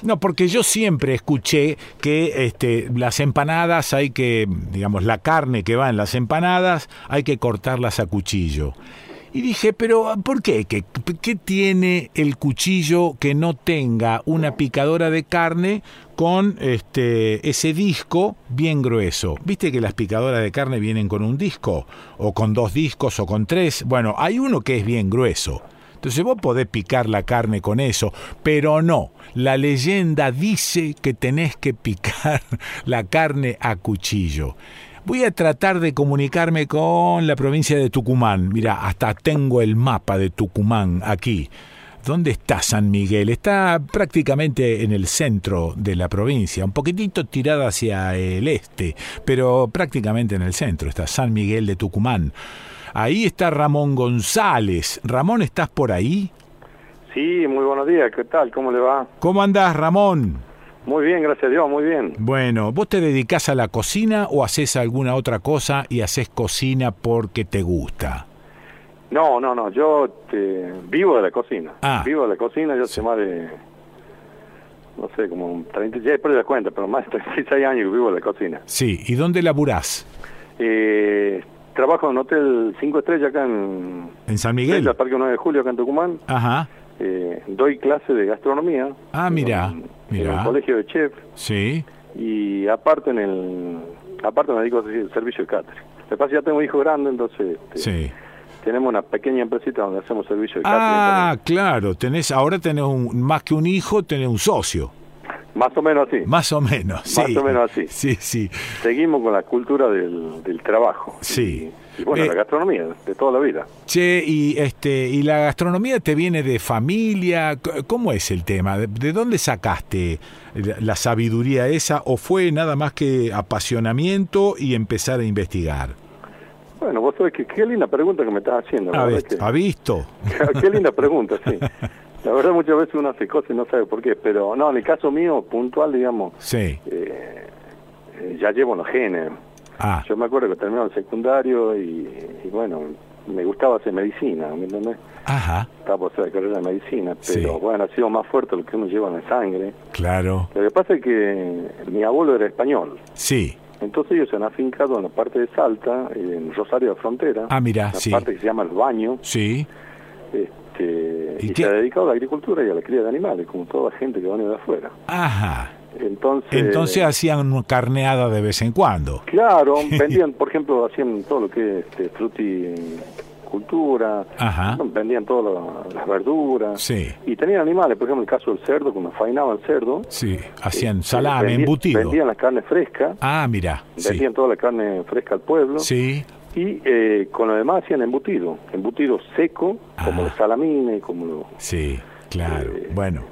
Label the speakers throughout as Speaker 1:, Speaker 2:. Speaker 1: No, porque yo siempre escuché que este, las empanadas hay que, digamos, la carne que va en las empanadas hay que cortarlas a cuchillo. Y dije, pero ¿por qué? ¿Qué, qué tiene el cuchillo que no tenga una picadora de carne con este, ese disco bien grueso? ¿Viste que las picadoras de carne vienen con un disco? ¿O con dos discos o con tres? Bueno, hay uno que es bien grueso. Entonces vos podés picar la carne con eso, pero no. La leyenda dice que tenés que picar la carne a cuchillo. Voy a tratar de comunicarme con la provincia de Tucumán. Mira, hasta tengo el mapa de Tucumán aquí. ¿Dónde está San Miguel? Está prácticamente en el centro de la provincia, un poquitito tirada hacia el este, pero prácticamente en el centro está San Miguel de Tucumán. Ahí está Ramón González. Ramón, ¿estás por ahí?
Speaker 2: Sí, muy buenos días. ¿Qué tal? ¿Cómo le va?
Speaker 1: ¿Cómo andás, Ramón?
Speaker 2: Muy bien, gracias a Dios, muy bien.
Speaker 1: Bueno, ¿vos te dedicás a la cocina o haces alguna otra cosa y haces cocina porque te gusta?
Speaker 2: No, no, no, yo eh, vivo de la cocina.
Speaker 1: Ah.
Speaker 2: Vivo de la cocina, yo hace más de, no sé, como 30, ya he perdido la cuenta, pero más de 36 años que vivo de la cocina.
Speaker 1: Sí, ¿y dónde laburás?
Speaker 2: Eh, trabajo en un hotel 5 estrellas acá en,
Speaker 1: ¿En San Miguel?
Speaker 2: el Parque 9 de Julio, acá en Tucumán.
Speaker 1: Ajá.
Speaker 2: Eh, doy clase de gastronomía.
Speaker 1: Ah, mirá,
Speaker 2: En- En
Speaker 1: mirá.
Speaker 2: un colegio de chef.
Speaker 1: Sí.
Speaker 2: y aparte en el aparte me dedico al servicio de catering. Lo que pasa es que ya tengo hijos grandes, entonces este,
Speaker 1: Sí.
Speaker 2: tenemos una pequeña empresita donde hacemos servicio de catering.
Speaker 1: Ah, claro, tenés ahora tenés un, más que un hijo, tenés un socio.
Speaker 2: también. Más o menos así.
Speaker 1: Más o menos, sí.
Speaker 2: Más o menos así.
Speaker 1: Sí, sí.
Speaker 2: Seguimos con la cultura del, del trabajo.
Speaker 1: Sí.
Speaker 2: Y, y bueno,
Speaker 1: Eh,
Speaker 2: la gastronomía de toda la vida.
Speaker 1: Che, y este y la gastronomía te viene de familia, C- ¿cómo es el tema? ¿De- ¿De dónde sacaste la la sabiduría esa o fue nada más que apasionamiento y empezar a investigar?
Speaker 2: Bueno, vos sabés que qué linda pregunta que me estás haciendo. la
Speaker 1: ¿Ha
Speaker 2: verdad
Speaker 1: visto? ¿Ha visto?
Speaker 2: que- qué linda pregunta, sí. La verdad muchas veces uno hace cosas y no sabe por qué, pero no, en el caso mío, puntual, digamos,
Speaker 1: Sí.
Speaker 2: eh, ya llevo los genes.
Speaker 1: Ah,
Speaker 2: Yo me acuerdo que terminaba el secundario y, y bueno, me gustaba hacer medicina, ¿me entendés?
Speaker 1: ajá,
Speaker 2: Estaba por hacer la carrera de medicina,
Speaker 1: Sí.
Speaker 2: pero bueno, ha sido más fuerte lo que uno lleva en la sangre.
Speaker 1: claro.
Speaker 2: Lo que pasa es que mi abuelo era español,
Speaker 1: Sí.
Speaker 2: entonces ellos se han afincado en la parte de Salta, en Rosario de la Frontera,
Speaker 1: Ah, mirá,
Speaker 2: la
Speaker 1: sí.
Speaker 2: parte que se llama El Baño,
Speaker 1: Sí.
Speaker 2: este,
Speaker 1: ¿Y
Speaker 2: y,
Speaker 1: qué?
Speaker 2: se ha dedicado a la agricultura y a la cría de animales, como toda la gente que viene de afuera.
Speaker 1: Ajá.
Speaker 2: Entonces,
Speaker 1: Entonces ah. hacían una carneada de vez en cuando.
Speaker 2: Claro, vendían, por ejemplo, hacían todo lo que es este, fruticultura,
Speaker 1: Ajá.
Speaker 2: vendían todas las verduras.
Speaker 1: Ah. Sí.
Speaker 2: Y tenían animales, por ejemplo, el caso del cerdo, cuando faenaban el cerdo.
Speaker 1: Sí, hacían
Speaker 2: este,
Speaker 1: salame,
Speaker 2: vendían-
Speaker 1: embutido.
Speaker 2: Vendían la carne fresca,
Speaker 1: Ah, mira. Sí.
Speaker 2: vendían toda la carne fresca al pueblo.
Speaker 1: Sí.
Speaker 2: Y eh, con lo demás hacían embutido, embutido seco, como
Speaker 1: Ah.
Speaker 2: los salamines, como los
Speaker 1: Sí, claro.
Speaker 2: Eh,
Speaker 1: Bueno,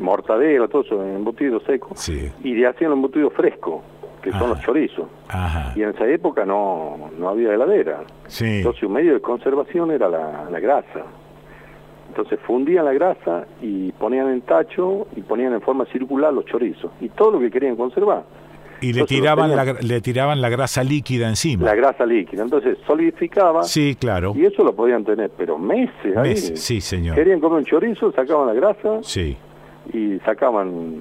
Speaker 2: mortadela, todo eso, embutido seco.
Speaker 1: sí. Ah.
Speaker 2: Y le hacían el embutido fresco, que son
Speaker 1: Ajá.
Speaker 2: los chorizos.
Speaker 1: Ajá.
Speaker 2: Y en esa época no, no había heladera.
Speaker 1: Sí.
Speaker 2: Entonces un medio de conservación era la, la grasa. Entonces fundían la grasa y ponían en tacho y ponían en forma circular los chorizos. Y todo lo que querían conservar,
Speaker 1: Y le
Speaker 2: entonces
Speaker 1: tiraban,
Speaker 2: lo
Speaker 1: la,
Speaker 2: tenían-
Speaker 1: le tiraban la grasa líquida encima.
Speaker 2: la grasa líquida. Entonces solidificaba
Speaker 1: Sí, claro.
Speaker 2: y eso lo podían tener, pero meses ahí.
Speaker 1: Meses, sí, señor.
Speaker 2: Querían comer un chorizo, sacaban la grasa
Speaker 1: Sí.
Speaker 2: y sacaban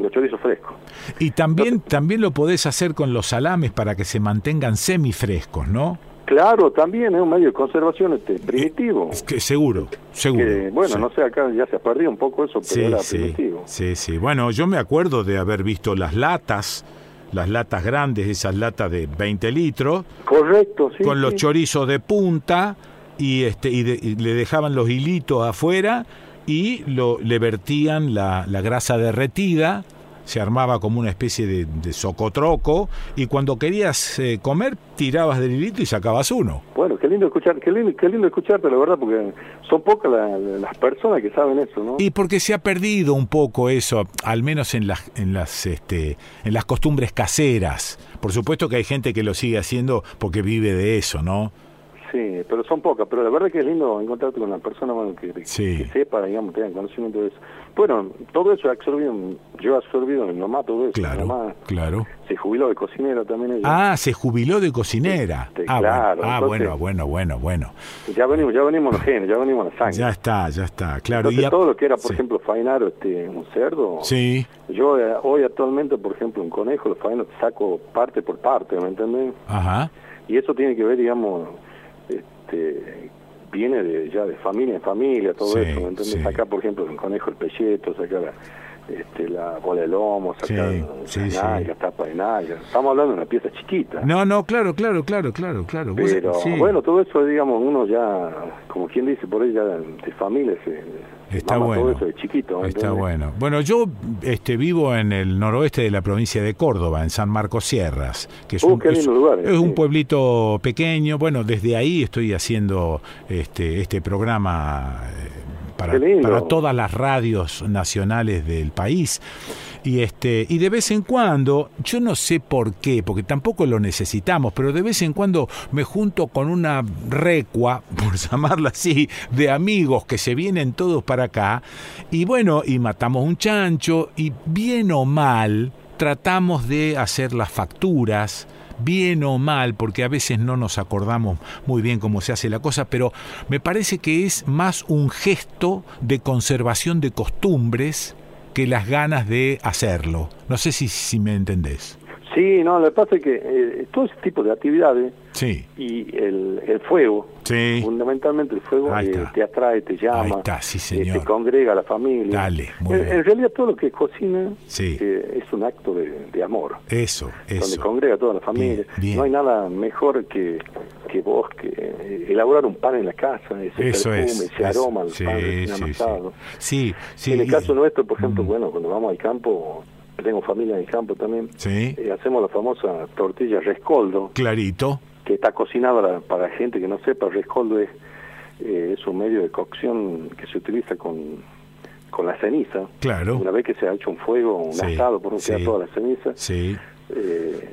Speaker 2: los chorizos frescos.
Speaker 1: Y también, también lo podés hacer con los salames para que se mantengan semifrescos, ¿no?
Speaker 2: Claro, también es un medio de conservación este, primitivo.
Speaker 1: Es que seguro, Eh, seguro.
Speaker 2: Que, bueno,
Speaker 1: Sí.
Speaker 2: no sé, acá ya se ha perdido un poco eso, pero era primitivo.
Speaker 1: sí, sí. Bueno, yo me acuerdo de haber visto las latas, las latas grandes, esas latas de 20 litros,
Speaker 2: Correcto, sí.
Speaker 1: con los
Speaker 2: sí.
Speaker 1: chorizos de punta y este y, de- y le dejaban los hilitos afuera y lo, le vertían la, la grasa derretida se armaba como una especie de, de socotroco y cuando querías eh, comer tirabas del hilito y sacabas uno
Speaker 2: Bueno, qué lindo escuchar, qué lindo, qué lindo escucharte, la verdad, porque son pocas la- las personas que saben eso, ¿no?
Speaker 1: y porque se ha perdido un poco eso al menos en las en las este en las costumbres caseras por supuesto que hay gente que lo sigue haciendo porque vive de eso no
Speaker 2: Sí, pero son pocas, pero la verdad que es lindo encontrarte con la persona bueno, que, que
Speaker 1: Sí.
Speaker 2: sepa, digamos, tenga conocimiento de eso. Bueno, todo eso absorbido, yo he absorbido mi mamá, todo eso. Mi
Speaker 1: Claro,
Speaker 2: mamá
Speaker 1: claro.
Speaker 2: se jubiló de cocinera también ella.
Speaker 1: Ah, se jubiló de cocinera. ah,
Speaker 2: Sí, Este, claro,
Speaker 1: bueno, ah, bueno,
Speaker 2: entonces-
Speaker 1: bueno, bueno, bueno.
Speaker 2: Ya venimos, ya venimos los genes, ya venimos la sangre.
Speaker 1: Ya está, ya está, claro.
Speaker 2: Entonces,
Speaker 1: y a-
Speaker 2: todo lo que era, por
Speaker 1: sí.
Speaker 2: ejemplo, faenar este, un cerdo,
Speaker 1: Sí,
Speaker 2: yo eh, hoy actualmente, por ejemplo, un conejo, lo faeno, saco parte por parte, ¿me entendés?
Speaker 1: ajá.
Speaker 2: Y eso tiene que ver, digamos, este, viene de, ya de familia en familia, todo
Speaker 1: Sí,
Speaker 2: eso, ¿me entendés?
Speaker 1: sí.
Speaker 2: Sacar, por ejemplo, el conejo, el pelleto, sacar la, este, la bola de lomo, sacar
Speaker 1: Sí,
Speaker 2: las
Speaker 1: sí, sí.
Speaker 2: nalgas, tapa de nalgas. Estamos hablando de una pieza chiquita.
Speaker 1: No, no, claro, claro, claro, claro, claro. Vos-
Speaker 2: Pero
Speaker 1: sí.
Speaker 2: bueno, todo eso, digamos, uno ya, como quien dice, por ahí ya de familia se, se
Speaker 1: Está
Speaker 2: mama
Speaker 1: bueno.
Speaker 2: todo eso de chiquito. ¿me
Speaker 1: Está
Speaker 2: entendés?
Speaker 1: bueno. Bueno, yo este, vivo en el noroeste de la provincia de Córdoba, en San Marcos Sierras, que es,
Speaker 2: Uh,
Speaker 1: un,
Speaker 2: qué lindo
Speaker 1: es-
Speaker 2: lugar,
Speaker 1: es un
Speaker 2: sí.
Speaker 1: pueblito pequeño. Bueno, desde ahí estoy haciendo este, este programa eh, para,
Speaker 2: Qué lindo.
Speaker 1: para todas las radios nacionales del país. Y, este, y de vez en cuando, yo no sé por qué, porque tampoco lo necesitamos, pero de vez en cuando me junto con una recua, por llamarla así, de amigos que se vienen todos para acá, y bueno, y matamos un chancho, y bien o mal, tratamos de hacer las facturas, bien o mal, porque a veces no nos acordamos muy bien cómo se hace la cosa, pero me parece que es más un gesto de conservación de costumbres que las ganas de hacerlo. No sé si, si me entendés.
Speaker 2: Sí, no, lo que pasa es que eh, todo ese tipo de actividades
Speaker 1: Sí,
Speaker 2: y el, el fuego,
Speaker 1: sí.
Speaker 2: fundamentalmente el fuego
Speaker 1: Ahí
Speaker 2: eh,
Speaker 1: está.
Speaker 2: te atrae, te llama,
Speaker 1: Ahí está, sí,
Speaker 2: eh,
Speaker 1: señor.
Speaker 2: te congrega a la familia.
Speaker 1: Dale, muy
Speaker 2: en,
Speaker 1: bien.
Speaker 2: en realidad todo lo que es cocina
Speaker 1: Sí.
Speaker 2: eh, es un acto de, de amor,
Speaker 1: Eso,
Speaker 2: donde
Speaker 1: eso.
Speaker 2: congrega a toda la familia.
Speaker 1: Bien, bien.
Speaker 2: No hay nada mejor que, que vos, que eh, elaborar un pan en la casa, ese
Speaker 1: Eso
Speaker 2: perfume,
Speaker 1: es.
Speaker 2: ese
Speaker 1: es-
Speaker 2: aroma, al
Speaker 1: sí,
Speaker 2: pan recién
Speaker 1: sí, sí.
Speaker 2: amasado.
Speaker 1: Sí, sí, Mm.
Speaker 2: en el
Speaker 1: y-
Speaker 2: caso nuestro, por ejemplo, bueno, cuando vamos al campo, tengo familia en el campo también,
Speaker 1: Sí,
Speaker 2: eh, hacemos la famosa tortilla rescoldo,
Speaker 1: clarito.
Speaker 2: que está cocinada la- para gente que no sepa, rescoldo es, eh, es un medio de cocción que se utiliza con, con la ceniza.
Speaker 1: Claro.
Speaker 2: Una vez que se ha hecho un fuego, un
Speaker 1: Sí,
Speaker 2: asado, por un
Speaker 1: sí.
Speaker 2: queda toda la ceniza,
Speaker 1: Sí,
Speaker 2: eh,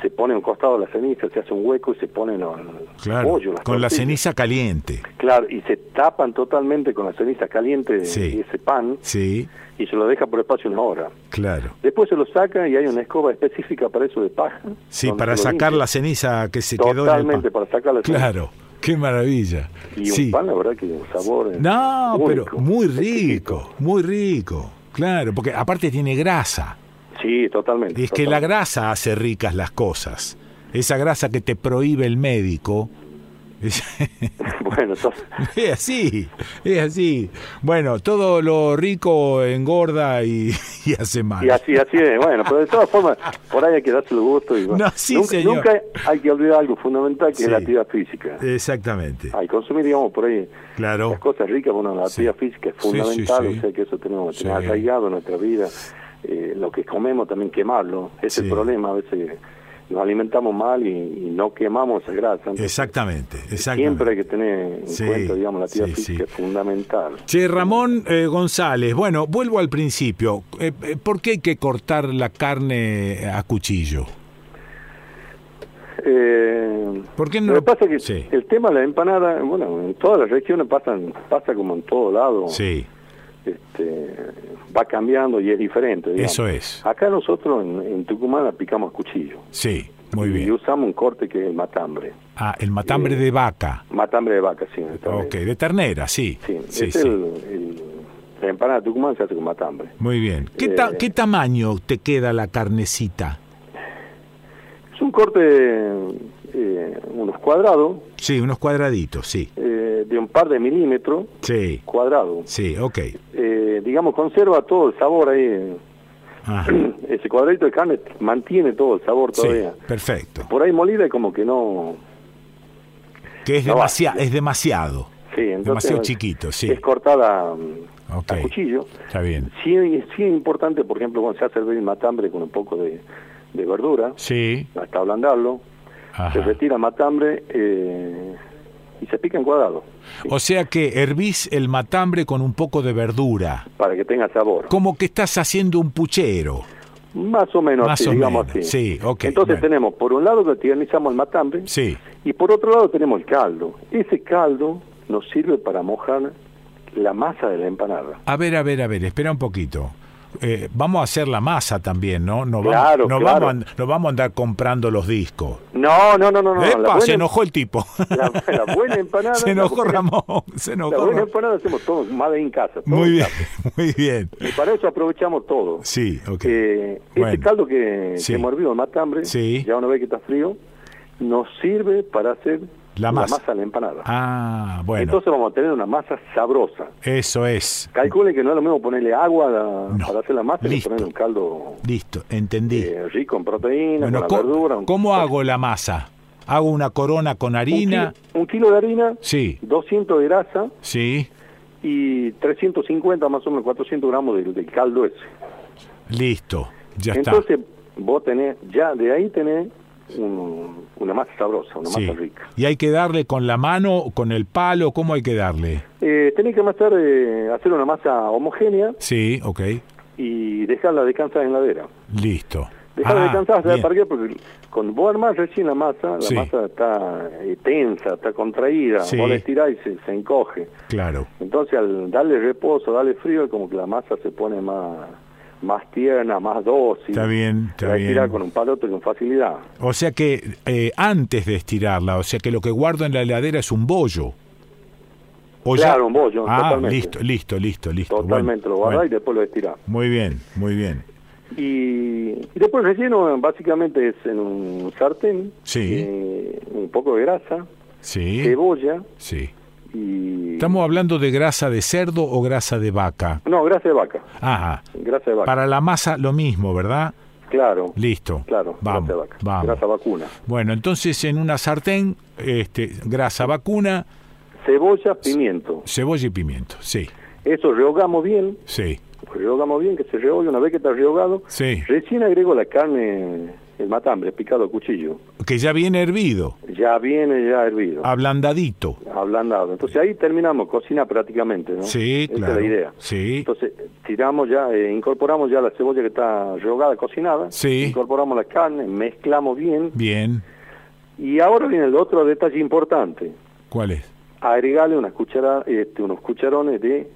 Speaker 2: se pone a un costado de la ceniza, se hace un hueco y se ponen los
Speaker 1: claro.
Speaker 2: pollos, las
Speaker 1: Con la
Speaker 2: tortillas.
Speaker 1: ceniza caliente.
Speaker 2: Claro, y se tapan totalmente con la ceniza caliente
Speaker 1: Sí.
Speaker 2: y ese pan
Speaker 1: Sí,
Speaker 2: y se lo deja por espacio una hora.
Speaker 1: claro.
Speaker 2: Después se lo saca y hay una escoba específica para eso de paja.
Speaker 1: Sí,
Speaker 2: donde
Speaker 1: para
Speaker 2: se lo
Speaker 1: sacar
Speaker 2: limpia.
Speaker 1: la ceniza que se quedó en el
Speaker 2: Totalmente,
Speaker 1: pan.
Speaker 2: para sacar la
Speaker 1: Claro, qué maravilla.
Speaker 2: Y un
Speaker 1: sí.
Speaker 2: pan, la verdad que un sabor. eh,
Speaker 1: No,
Speaker 2: único.
Speaker 1: pero muy rico, muy rico. Claro, porque aparte tiene grasa.
Speaker 2: Sí, totalmente.
Speaker 1: Y es que la
Speaker 2: totalmente.
Speaker 1: grasa hace ricas las cosas. Esa grasa que te prohíbe el médico. Es,
Speaker 2: bueno, entonces,
Speaker 1: es así, es así. Bueno, todo lo rico engorda y, y hace mal.
Speaker 2: y así, así es. Bueno, pero de todas formas, por ahí hay que darse el gusto. Y, bueno,
Speaker 1: No, sí,
Speaker 2: nunca,
Speaker 1: señor.
Speaker 2: nunca hay que olvidar algo fundamental que
Speaker 1: Sí.
Speaker 2: es la actividad física.
Speaker 1: Exactamente,
Speaker 2: Al consumir, digamos, por ahí
Speaker 1: claro.
Speaker 2: las cosas ricas, bueno, la
Speaker 1: Sí.
Speaker 2: actividad física es
Speaker 1: Sí, sí,
Speaker 2: fundamental,
Speaker 1: sí.
Speaker 2: o sea que eso tenemos que tener
Speaker 1: Sí.
Speaker 2: arraigado en nuestra vida. Eh, lo que comemos también quemarlo, es
Speaker 1: Sí.
Speaker 2: el problema. A veces nos alimentamos mal y, y no quemamos esa grasa. Entonces,
Speaker 1: Exactamente,
Speaker 2: Siempre hay
Speaker 1: exactamente.
Speaker 2: que tener en
Speaker 1: Sí,
Speaker 2: cuenta, digamos, la actividad
Speaker 1: sí, sí.
Speaker 2: física es fundamental.
Speaker 1: Che, Ramón eh, González, bueno, vuelvo al principio. Eh, eh, ¿Por qué hay que cortar la carne a cuchillo?
Speaker 2: Eh,
Speaker 1: ¿Por qué no
Speaker 2: lo que pasa es que
Speaker 1: Sí,
Speaker 2: el tema de la empanada, bueno, en todas las regiones pasan, pasa como en todo lado,
Speaker 1: sí,
Speaker 2: este, va cambiando y es diferente. digamos.
Speaker 1: eso es.
Speaker 2: Acá nosotros en, en Tucumán la picamos a cuchillo
Speaker 1: Sí, muy
Speaker 2: y
Speaker 1: bien.
Speaker 2: usamos un eh, corte que es el matambre,
Speaker 1: Ah, el matambre de vaca.
Speaker 2: matambre de vaca, sí. está bien.
Speaker 1: Ok, de ternera, sí.
Speaker 2: Sí,
Speaker 1: sí,
Speaker 2: es
Speaker 1: sí.
Speaker 2: el- el- la empanada de Tucumán se hace con matambre.
Speaker 1: Muy bien. ¿Qué, ta-
Speaker 2: Eh,
Speaker 1: qué tamaño te queda la carnecita?
Speaker 2: Es un corte, eh, unos cuadrados,
Speaker 1: Sí, unos cuadraditos, sí.
Speaker 2: eh, de un par de milímetros
Speaker 1: Sí,
Speaker 2: cuadrado.
Speaker 1: sí, ok.
Speaker 2: Eh, digamos, conserva todo el sabor ahí. eh,
Speaker 1: Ajá.
Speaker 2: Ese cuadradito de carne mantiene todo el sabor
Speaker 1: Sí,
Speaker 2: todavía.
Speaker 1: perfecto.
Speaker 2: Por ahí molida es como que no...
Speaker 1: Que es,
Speaker 2: No eh. va.
Speaker 1: demasiado, es demasiado.
Speaker 2: Sí, entonces
Speaker 1: Demasiado chiquito, sí.
Speaker 2: Es cortada mm,
Speaker 1: Ok.
Speaker 2: a cuchillo.
Speaker 1: Está bien.
Speaker 2: Sí, es- sí es importante, por ejemplo, cuando se hace hervir el matambre con un poco de, de verdura,
Speaker 1: Sí.
Speaker 2: hasta ablandarlo,
Speaker 1: ajá.
Speaker 2: se retira el matambre eh, y se pica en cuadrado,
Speaker 1: O sea que hervís el matambre con un poco de verdura.
Speaker 2: para que tenga sabor.
Speaker 1: Como que estás haciendo un puchero.
Speaker 2: Más o menos
Speaker 1: Más
Speaker 2: así,
Speaker 1: o
Speaker 2: digamos
Speaker 1: menos,
Speaker 2: así.
Speaker 1: sí, ok,
Speaker 2: Entonces
Speaker 1: bueno.
Speaker 2: tenemos, por un lado, que tiranizamos el matambre,
Speaker 1: Sí,
Speaker 2: y por otro lado tenemos el caldo. Ese caldo nos sirve para mojar la masa de la empanada.
Speaker 1: a ver, a ver, a ver, espera un poquito. Eh, vamos a hacer la masa también, ¿no? No vamos,
Speaker 2: Claro,
Speaker 1: no,
Speaker 2: claro.
Speaker 1: vamos a, and- no vamos a andar comprando los discos.
Speaker 2: No, no, no, no. no.
Speaker 1: Epa, se
Speaker 2: buena- em-
Speaker 1: enojó el tipo.
Speaker 2: La, la buena empanada.
Speaker 1: se enojó
Speaker 2: la,
Speaker 1: Ramón, se
Speaker 2: la em-
Speaker 1: enojó.
Speaker 2: buena
Speaker 1: Ramón.
Speaker 2: empanada hacemos todos, más en casa. todo
Speaker 1: Muy
Speaker 2: en
Speaker 1: bien,
Speaker 2: casa.
Speaker 1: muy bien.
Speaker 2: Y para eso aprovechamos todo.
Speaker 1: Sí, ok.
Speaker 2: Eh, Este
Speaker 1: Bueno.
Speaker 2: caldo que,
Speaker 1: Sí.
Speaker 2: que hemos hervido, el matambre,
Speaker 1: Sí.
Speaker 2: ya una vez que está frío, nos sirve para hacer
Speaker 1: La masa.
Speaker 2: de la empanada.
Speaker 1: Ah, bueno,
Speaker 2: Entonces vamos a tener una masa sabrosa.
Speaker 1: eso es.
Speaker 2: Calculen que no es lo mismo ponerle agua a la-
Speaker 1: No.
Speaker 2: para hacer la masa
Speaker 1: Listo.
Speaker 2: que ponerle un caldo
Speaker 1: Listo, entendí.
Speaker 2: eh, rico en proteínas,
Speaker 1: Bueno,
Speaker 2: con
Speaker 1: co-
Speaker 2: la verdura. un-
Speaker 1: ¿cómo hago la masa? ¿Hago una corona con
Speaker 2: un kilo-
Speaker 1: harina?
Speaker 2: Un kilo de harina,
Speaker 1: Sí,
Speaker 2: 200 de grasa
Speaker 1: sí,
Speaker 2: y 350, más o menos 400 gramos del, del caldo ese.
Speaker 1: listo, ya
Speaker 2: Entonces vos tenés, ya de ahí tenés un- una masa sabrosa, una
Speaker 1: está. Sí.
Speaker 2: masa rica.
Speaker 1: ¿Y hay que darle con la mano, o con el palo? ¿Cómo hay que darle?
Speaker 2: Eh, tenés que amasar, eh, hacer una masa homogénea
Speaker 1: Sí, ok,
Speaker 2: y dejarla descansar en la heladera.
Speaker 1: listo.
Speaker 2: Dejarla
Speaker 1: Ah,
Speaker 2: descansar, ¿sabés
Speaker 1: bien.
Speaker 2: para qué? Porque con vos armás recién la masa, la
Speaker 1: Sí.
Speaker 2: masa está eh, tensa, está contraída,
Speaker 1: Sí.
Speaker 2: vos la estirás y se, se encoge.
Speaker 1: Claro,
Speaker 2: Entonces al darle reposo, darle frío, como que la masa se pone más más tierna, más dócil.
Speaker 1: está bien, está
Speaker 2: la estirás
Speaker 1: bien.
Speaker 2: con un palote con facilidad.
Speaker 1: O sea que eh, antes de estirarla, o sea que lo que guardo en la heladera es un bollo. O
Speaker 2: Claro, un bollo,
Speaker 1: Ah,
Speaker 2: totalmente.
Speaker 1: listo, listo, listo, listo.
Speaker 2: Totalmente,
Speaker 1: Bueno,
Speaker 2: lo guardás
Speaker 1: bueno.
Speaker 2: y después lo estirás.
Speaker 1: Muy bien, muy bien.
Speaker 2: Y, y después el relleno eh, básicamente es en un sartén,
Speaker 1: Sí.
Speaker 2: eh, un poco de grasa,
Speaker 1: Sí,
Speaker 2: cebolla
Speaker 1: sí.
Speaker 2: y...
Speaker 1: Estamos hablando de grasa de cerdo o grasa de vaca.
Speaker 2: No, grasa de vaca,
Speaker 1: Ajá.
Speaker 2: grasa de vaca,
Speaker 1: Para la masa lo mismo, ¿verdad?
Speaker 2: claro,
Speaker 1: Listo.
Speaker 2: claro,
Speaker 1: Vamos.
Speaker 2: grasa de vaca,
Speaker 1: vamos.
Speaker 2: grasa vacuna.
Speaker 1: Bueno, entonces en una sartén, este, grasa vacuna,
Speaker 2: Cebolla, pimiento,
Speaker 1: cebolla y pimiento. Sí,
Speaker 2: eso rehogamos bien,
Speaker 1: sí,
Speaker 2: rehogamos bien, que se rehogue, una vez que está rehogado,
Speaker 1: sí.
Speaker 2: recién agrego la carne, el matambre, picado a cuchillo,
Speaker 1: Que ya viene hervido,
Speaker 2: ya viene ya hervido.
Speaker 1: Ah. ablandadito.
Speaker 2: ablandado. Entonces ahí terminamos, cocina prácticamente, ¿no?
Speaker 1: Sí,
Speaker 2: Esa
Speaker 1: claro.
Speaker 2: es la idea.
Speaker 1: Sí.
Speaker 2: Entonces tiramos ya, eh, incorporamos ya la cebolla que está rehogada, cocinada.
Speaker 1: Sí.
Speaker 2: Incorporamos la carne, mezclamos bien.
Speaker 1: Bien.
Speaker 2: Y ahora viene el otro detalle importante.
Speaker 1: ¿Cuál es?
Speaker 2: Agregarle unas cuchara, este, unos cucharones de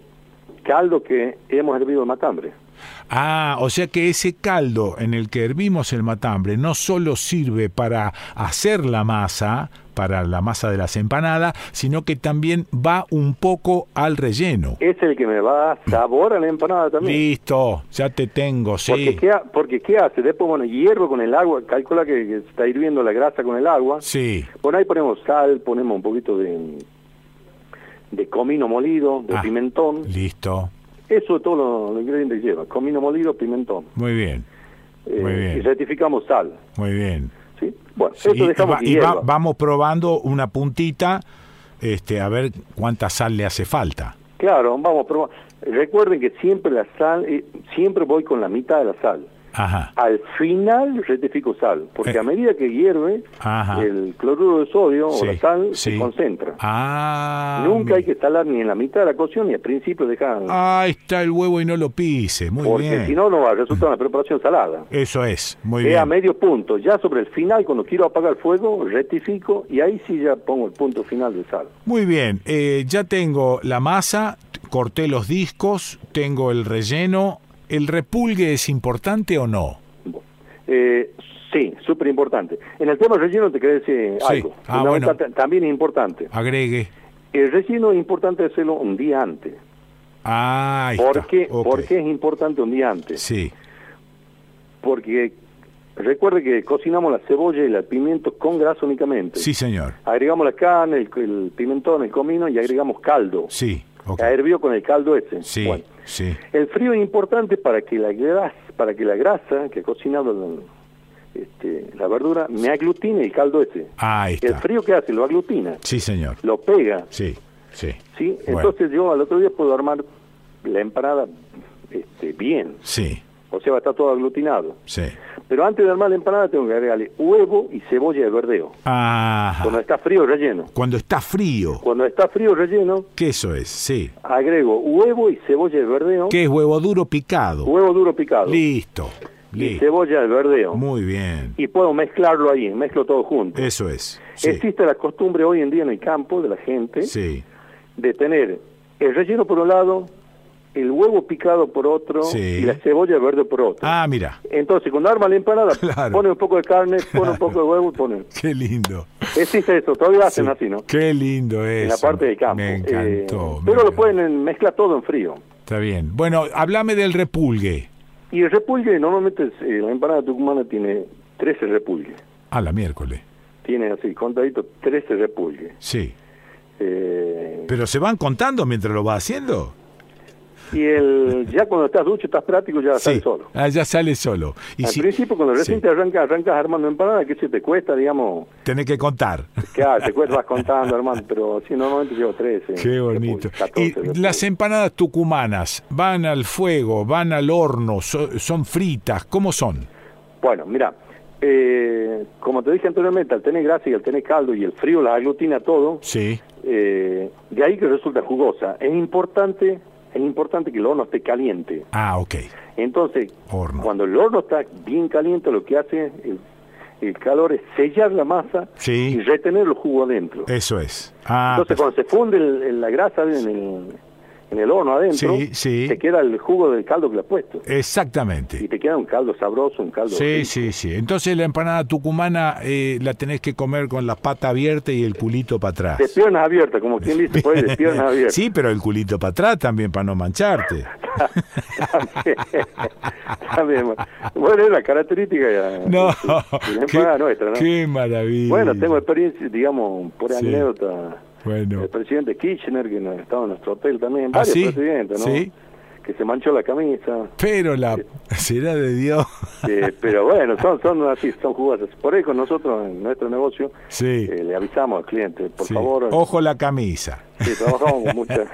Speaker 2: caldo que hemos hervido de matambre.
Speaker 1: Ah, o sea que ese caldo en el que hervimos el matambre no solo sirve para hacer la masa, para la masa de las empanadas, sino que también va un poco al relleno.
Speaker 2: Es el que me va a dar sabor a la empanada también.
Speaker 1: Listo, ya te tengo,
Speaker 2: Porque,
Speaker 1: sí.
Speaker 2: ¿qué ha- porque ¿qué hace? Después, bueno, hiervo con el agua, calcula que, que está hirviendo la grasa con el agua.
Speaker 1: Sí,
Speaker 2: Bueno, ahí ponemos sal, ponemos un poquito de, de comino molido, de
Speaker 1: Ah.
Speaker 2: pimentón.
Speaker 1: listo.
Speaker 2: Eso es todo lo- los ingredientes que lleva. Comino molido, pimentón.
Speaker 1: Muy bien,
Speaker 2: Eh,
Speaker 1: Muy bien.
Speaker 2: Y certificamos sal.
Speaker 1: muy bien.
Speaker 2: ¿sí? Bueno,
Speaker 1: Sí,
Speaker 2: eso
Speaker 1: y
Speaker 2: dejamos
Speaker 1: va-
Speaker 2: que
Speaker 1: y va-
Speaker 2: hierva.
Speaker 1: vamos probando una puntita este, a ver cuánta sal le hace falta.
Speaker 2: Claro, vamos a probar. Recuerden que siempre la sal, eh, siempre voy con la mitad de la sal.
Speaker 1: Ajá,
Speaker 2: Al final rectifico sal, porque
Speaker 1: Eh.
Speaker 2: a medida que hierve,
Speaker 1: ajá.
Speaker 2: el cloruro de sodio o
Speaker 1: Sí,
Speaker 2: la sal
Speaker 1: sí.
Speaker 2: se concentra.
Speaker 1: Ah,
Speaker 2: Nunca hay
Speaker 1: mira.
Speaker 2: que salar ni en la mitad de la cocción ni al principio dejar,
Speaker 1: Ahí está el huevo y no lo pise. Muy
Speaker 2: porque
Speaker 1: bien.
Speaker 2: si no, no va a resultar una preparación salada.
Speaker 1: Eso es, muy
Speaker 2: Es a
Speaker 1: bien.
Speaker 2: medio punto. Ya sobre el final, cuando quiero apagar el fuego, rectifico y ahí sí ya pongo el punto final de sal.
Speaker 1: Muy bien, eh, ya tengo la masa, t- corté los discos, tengo el relleno. ¿El repulgue es importante o no?
Speaker 2: Eh, sí, súper importante. En el tema del relleno te quería decir
Speaker 1: Sí.
Speaker 2: algo.
Speaker 1: Ah,
Speaker 2: Fundamental-
Speaker 1: bueno.
Speaker 2: También es importante.
Speaker 1: Agregue.
Speaker 2: El relleno es importante hacerlo un día antes.
Speaker 1: Ah, ahí
Speaker 2: ¿Por
Speaker 1: está.
Speaker 2: qué,
Speaker 1: Ok.
Speaker 2: ¿Por qué es importante un día antes?
Speaker 1: Sí,
Speaker 2: Porque recuerde que cocinamos la cebolla y el pimiento con grasa únicamente.
Speaker 1: sí, señor.
Speaker 2: Agregamos la carne, el, el pimentón, el comino y agregamos caldo.
Speaker 1: Sí, ok.
Speaker 2: La hervió con el caldo ese.
Speaker 1: Sí,
Speaker 2: Bueno.
Speaker 1: sí,
Speaker 2: El frío es importante para que la grasa, para que la grasa que ha cocinado la, este, la verdura me aglutine el caldo ese.
Speaker 1: ahí
Speaker 2: El
Speaker 1: está.
Speaker 2: frío que hace lo aglutina,
Speaker 1: Sí, señor.
Speaker 2: lo pega,
Speaker 1: Sí, sí.
Speaker 2: ¿sí?
Speaker 1: Bueno.
Speaker 2: Entonces yo al otro día puedo armar la empanada este, bien,
Speaker 1: Sí,
Speaker 2: o sea, va a estar todo aglutinado.
Speaker 1: sí.
Speaker 2: Pero antes de armar la empanada tengo que agregarle huevo y cebolla de verdeo. Cuando
Speaker 1: Ajá.
Speaker 2: está frío, relleno.
Speaker 1: Cuando está frío,
Speaker 2: Cuando está frío, relleno,
Speaker 1: ¿qué eso es? Sí.
Speaker 2: agrego huevo y cebolla de verdeo,
Speaker 1: ¿Qué es huevo duro picado?
Speaker 2: huevo duro picado.
Speaker 1: Listo.
Speaker 2: y
Speaker 1: Listo.
Speaker 2: cebolla del verdeo.
Speaker 1: Muy bien.
Speaker 2: Y puedo mezclarlo ahí, mezclo todo junto.
Speaker 1: Eso es. Eh, Sí.
Speaker 2: Existe la costumbre hoy en día en el campo de la gente
Speaker 1: Sí.
Speaker 2: de tener el relleno por un lado, el huevo picado por otro
Speaker 1: Sí.
Speaker 2: y la cebolla verde por otro.
Speaker 1: Ah, mira.
Speaker 2: Entonces, cuando arma la empanada,
Speaker 1: Claro.
Speaker 2: pone un poco de carne, pone un poco de huevo y pone...
Speaker 1: Qué lindo.
Speaker 2: Existe eso, todavía hacen
Speaker 1: Sí.
Speaker 2: así, ¿no?
Speaker 1: Qué lindo es.
Speaker 2: En la parte del campo.
Speaker 1: Me
Speaker 2: Eh,
Speaker 1: encantó. me
Speaker 2: pero lo
Speaker 1: encantó.
Speaker 2: pueden mezclar todo en frío.
Speaker 1: Está bien. Bueno, háblame del repulgue.
Speaker 2: Y el repulgue, normalmente es, eh, la empanada tucumana tiene 13 repulgues.
Speaker 1: A Ah, la miércoles.
Speaker 2: Tiene así, contadito, 13 repulgues.
Speaker 1: Sí.
Speaker 2: Eh,
Speaker 1: Pero se van contando mientras lo va haciendo.
Speaker 2: y el ya cuando estás ducho, estás práctico, ya
Speaker 1: sí.
Speaker 2: sale solo.
Speaker 1: Ah, ya sale solo. Y
Speaker 2: Al
Speaker 1: si
Speaker 2: principio, cuando recién
Speaker 1: Sí.
Speaker 2: te arrancas, arrancas armando empanada, que se te cuesta, digamos,
Speaker 1: tenés que contar.
Speaker 2: claro, te cuesta, vas contando, hermano, pero sí, normalmente llevo 13.
Speaker 1: Qué bonito. Y las empanadas tucumanas van al fuego, van al horno, so- son fritas, ¿cómo son?
Speaker 2: Bueno, mira, eh, como te dije anteriormente, al tener grasa y al tener caldo y el frío las aglutina todo,
Speaker 1: Sí.
Speaker 2: eh, de ahí que resulta jugosa. Es importante, es importante que el horno esté caliente.
Speaker 1: Ah, ok.
Speaker 2: Entonces,
Speaker 1: Horno.
Speaker 2: cuando el horno está bien caliente, lo que hace el, el calor es sellar la masa
Speaker 1: Sí.
Speaker 2: y retener los jugos adentro.
Speaker 1: Eso es. Ah,
Speaker 2: Entonces, cuando se funde el- el- la grasa en el, en el horno adentro,
Speaker 1: Sí, sí.
Speaker 2: te queda el jugo del caldo que le has puesto. Y
Speaker 1: exactamente.
Speaker 2: te queda un caldo sabroso, un caldo
Speaker 1: Sí,
Speaker 2: rico.
Speaker 1: sí, sí. Entonces la empanada tucumana eh, la tenés que comer con la pata abierta y el culito para atrás.
Speaker 2: De piernas abiertas, como quien dice, pues de piernas abiertas.
Speaker 1: Sí, pero el culito para atrás también para no mancharte.
Speaker 2: También, bueno. bueno, es la característica de la,
Speaker 1: No,
Speaker 2: de la
Speaker 1: qué,
Speaker 2: empanada nuestra, ¿no?
Speaker 1: qué maravilla.
Speaker 2: Bueno, tengo experiencia, digamos, por
Speaker 1: Sí.
Speaker 2: anécdota,
Speaker 1: Bueno.
Speaker 2: el presidente Kirchner, que nos- estaba en nuestro hotel también,
Speaker 1: ¿Ah,
Speaker 2: varios
Speaker 1: sí?
Speaker 2: presidentes, ¿no?
Speaker 1: Sí.
Speaker 2: Que se manchó la camisa.
Speaker 1: Pero la será de Dios.
Speaker 2: Eh, pero bueno, son, son así, son jugosas. Por ahí con nosotros, en nuestro negocio,
Speaker 1: Sí.
Speaker 2: eh, le avisamos al cliente, por
Speaker 1: Sí. Oh.
Speaker 2: favor.
Speaker 1: Ojo la camisa.
Speaker 2: Sí, trabajamos con mucha...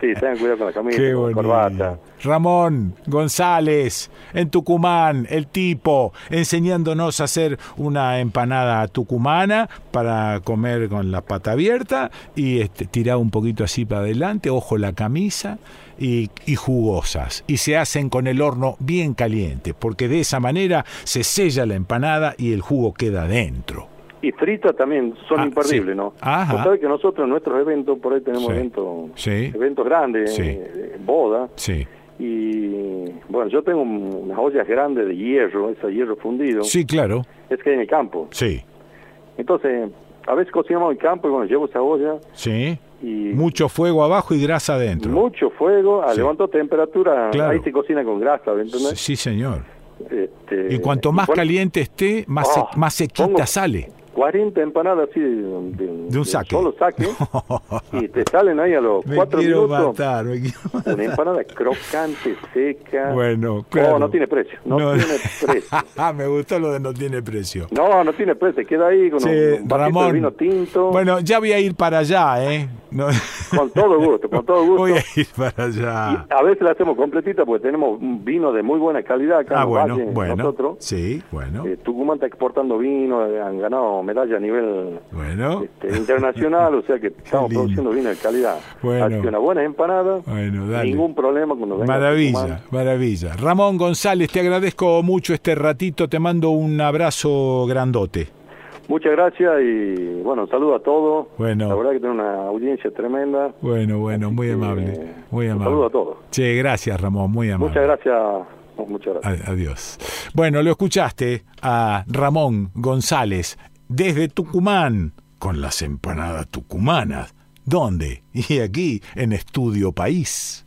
Speaker 2: sí, tengan cuidado con la camisa,
Speaker 1: Qué
Speaker 2: con la
Speaker 1: bonito.
Speaker 2: corbata.
Speaker 1: Ramón González, en Tucumán, el tipo, enseñándonos a hacer una empanada tucumana para comer con la pata abierta y este, tirar un poquito así para adelante, ojo la camisa y, y jugosas. Y se hacen con el horno bien caliente, porque de esa manera se sella la empanada y el jugo queda dentro.
Speaker 2: Y fritas también son
Speaker 1: Ah,
Speaker 2: imperdibles,
Speaker 1: sí.
Speaker 2: ¿no?
Speaker 1: Ajá.
Speaker 2: Vos sabés que nosotros en nuestros eventos, por ahí tenemos
Speaker 1: Sí.
Speaker 2: eventos,
Speaker 1: Sí.
Speaker 2: eventos grandes,
Speaker 1: Sí.
Speaker 2: eh, bodas,
Speaker 1: Sí.
Speaker 2: y bueno, yo tengo un- unas ollas grandes de hierro, ese hierro fundido,
Speaker 1: Sí, claro.
Speaker 2: es que hay en el campo.
Speaker 1: Sí.
Speaker 2: Entonces, a veces cocinamos en el campo y bueno, llevo esa olla
Speaker 1: Sí.
Speaker 2: y
Speaker 1: Mucho fuego abajo y grasa adentro.
Speaker 2: mucho fuego, a
Speaker 1: Sí.
Speaker 2: levanto temperatura,
Speaker 1: Claro.
Speaker 2: ahí se cocina con grasa, ¿me
Speaker 1: Sí,
Speaker 2: entendés?
Speaker 1: sí, señor.
Speaker 2: Este,
Speaker 1: Y cuanto más
Speaker 2: pon-
Speaker 1: caliente esté, más, se-
Speaker 2: Oh,
Speaker 1: más sequita
Speaker 2: pongo-
Speaker 1: sale.
Speaker 2: 40 empanadas así de, de- de un
Speaker 1: saque.
Speaker 2: solo saque y te salen ahí a los
Speaker 1: Me
Speaker 2: 4
Speaker 1: quiero
Speaker 2: minutos
Speaker 1: matar, me quiero matar.
Speaker 2: Una empanada crocante, seca.
Speaker 1: Bueno, claro.
Speaker 2: Oh, no tiene precio, no, tiene precio.
Speaker 1: me gustó lo de no tiene precio.
Speaker 2: No, no tiene precio, queda ahí con
Speaker 1: Che,
Speaker 2: un vasito de
Speaker 1: Ramón.
Speaker 2: vino tinto.
Speaker 1: Bueno, ya voy a ir para allá, ¿eh? No-
Speaker 2: Con todo gusto, con todo gusto.
Speaker 1: voy a ir para
Speaker 2: Y
Speaker 1: allá. Ah,
Speaker 2: a veces la hacemos completita porque tenemos un vino de muy buena calidad acá
Speaker 1: Ah,
Speaker 2: en los
Speaker 1: bueno,
Speaker 2: valles,
Speaker 1: bueno.
Speaker 2: nosotros.
Speaker 1: Sí, bueno,
Speaker 2: Eh, Tucumán está exportando vino, eh, han ganado medalla a nivel
Speaker 1: bueno,
Speaker 2: este, internacional, o sea que estamos
Speaker 1: Oh. lindo.
Speaker 2: produciendo vino de calidad.
Speaker 1: Bueno.
Speaker 2: Así que una buena empanada,
Speaker 1: bueno, dale.
Speaker 2: ningún problema cuando venga a Tucumán.
Speaker 1: Maravilla, maravilla. Ramón González, te agradezco mucho este ratito, te mando un abrazo grandote.
Speaker 2: Muchas gracias y bueno, un saludo a todos.
Speaker 1: Bueno.
Speaker 2: La verdad que tiene una audiencia tremenda.
Speaker 1: Bueno, bueno, muy
Speaker 2: que,
Speaker 1: amable, muy
Speaker 2: un
Speaker 1: amable.
Speaker 2: saludo a todos.
Speaker 1: Che, gracias Ramón, muy amable.
Speaker 2: Muchas gracias. Muchas gracias.
Speaker 1: A- Adiós. Bueno, lo escuchaste a Ramón González desde Tucumán con las empanadas tucumanas. ¿Dónde? Y aquí en Estudio País.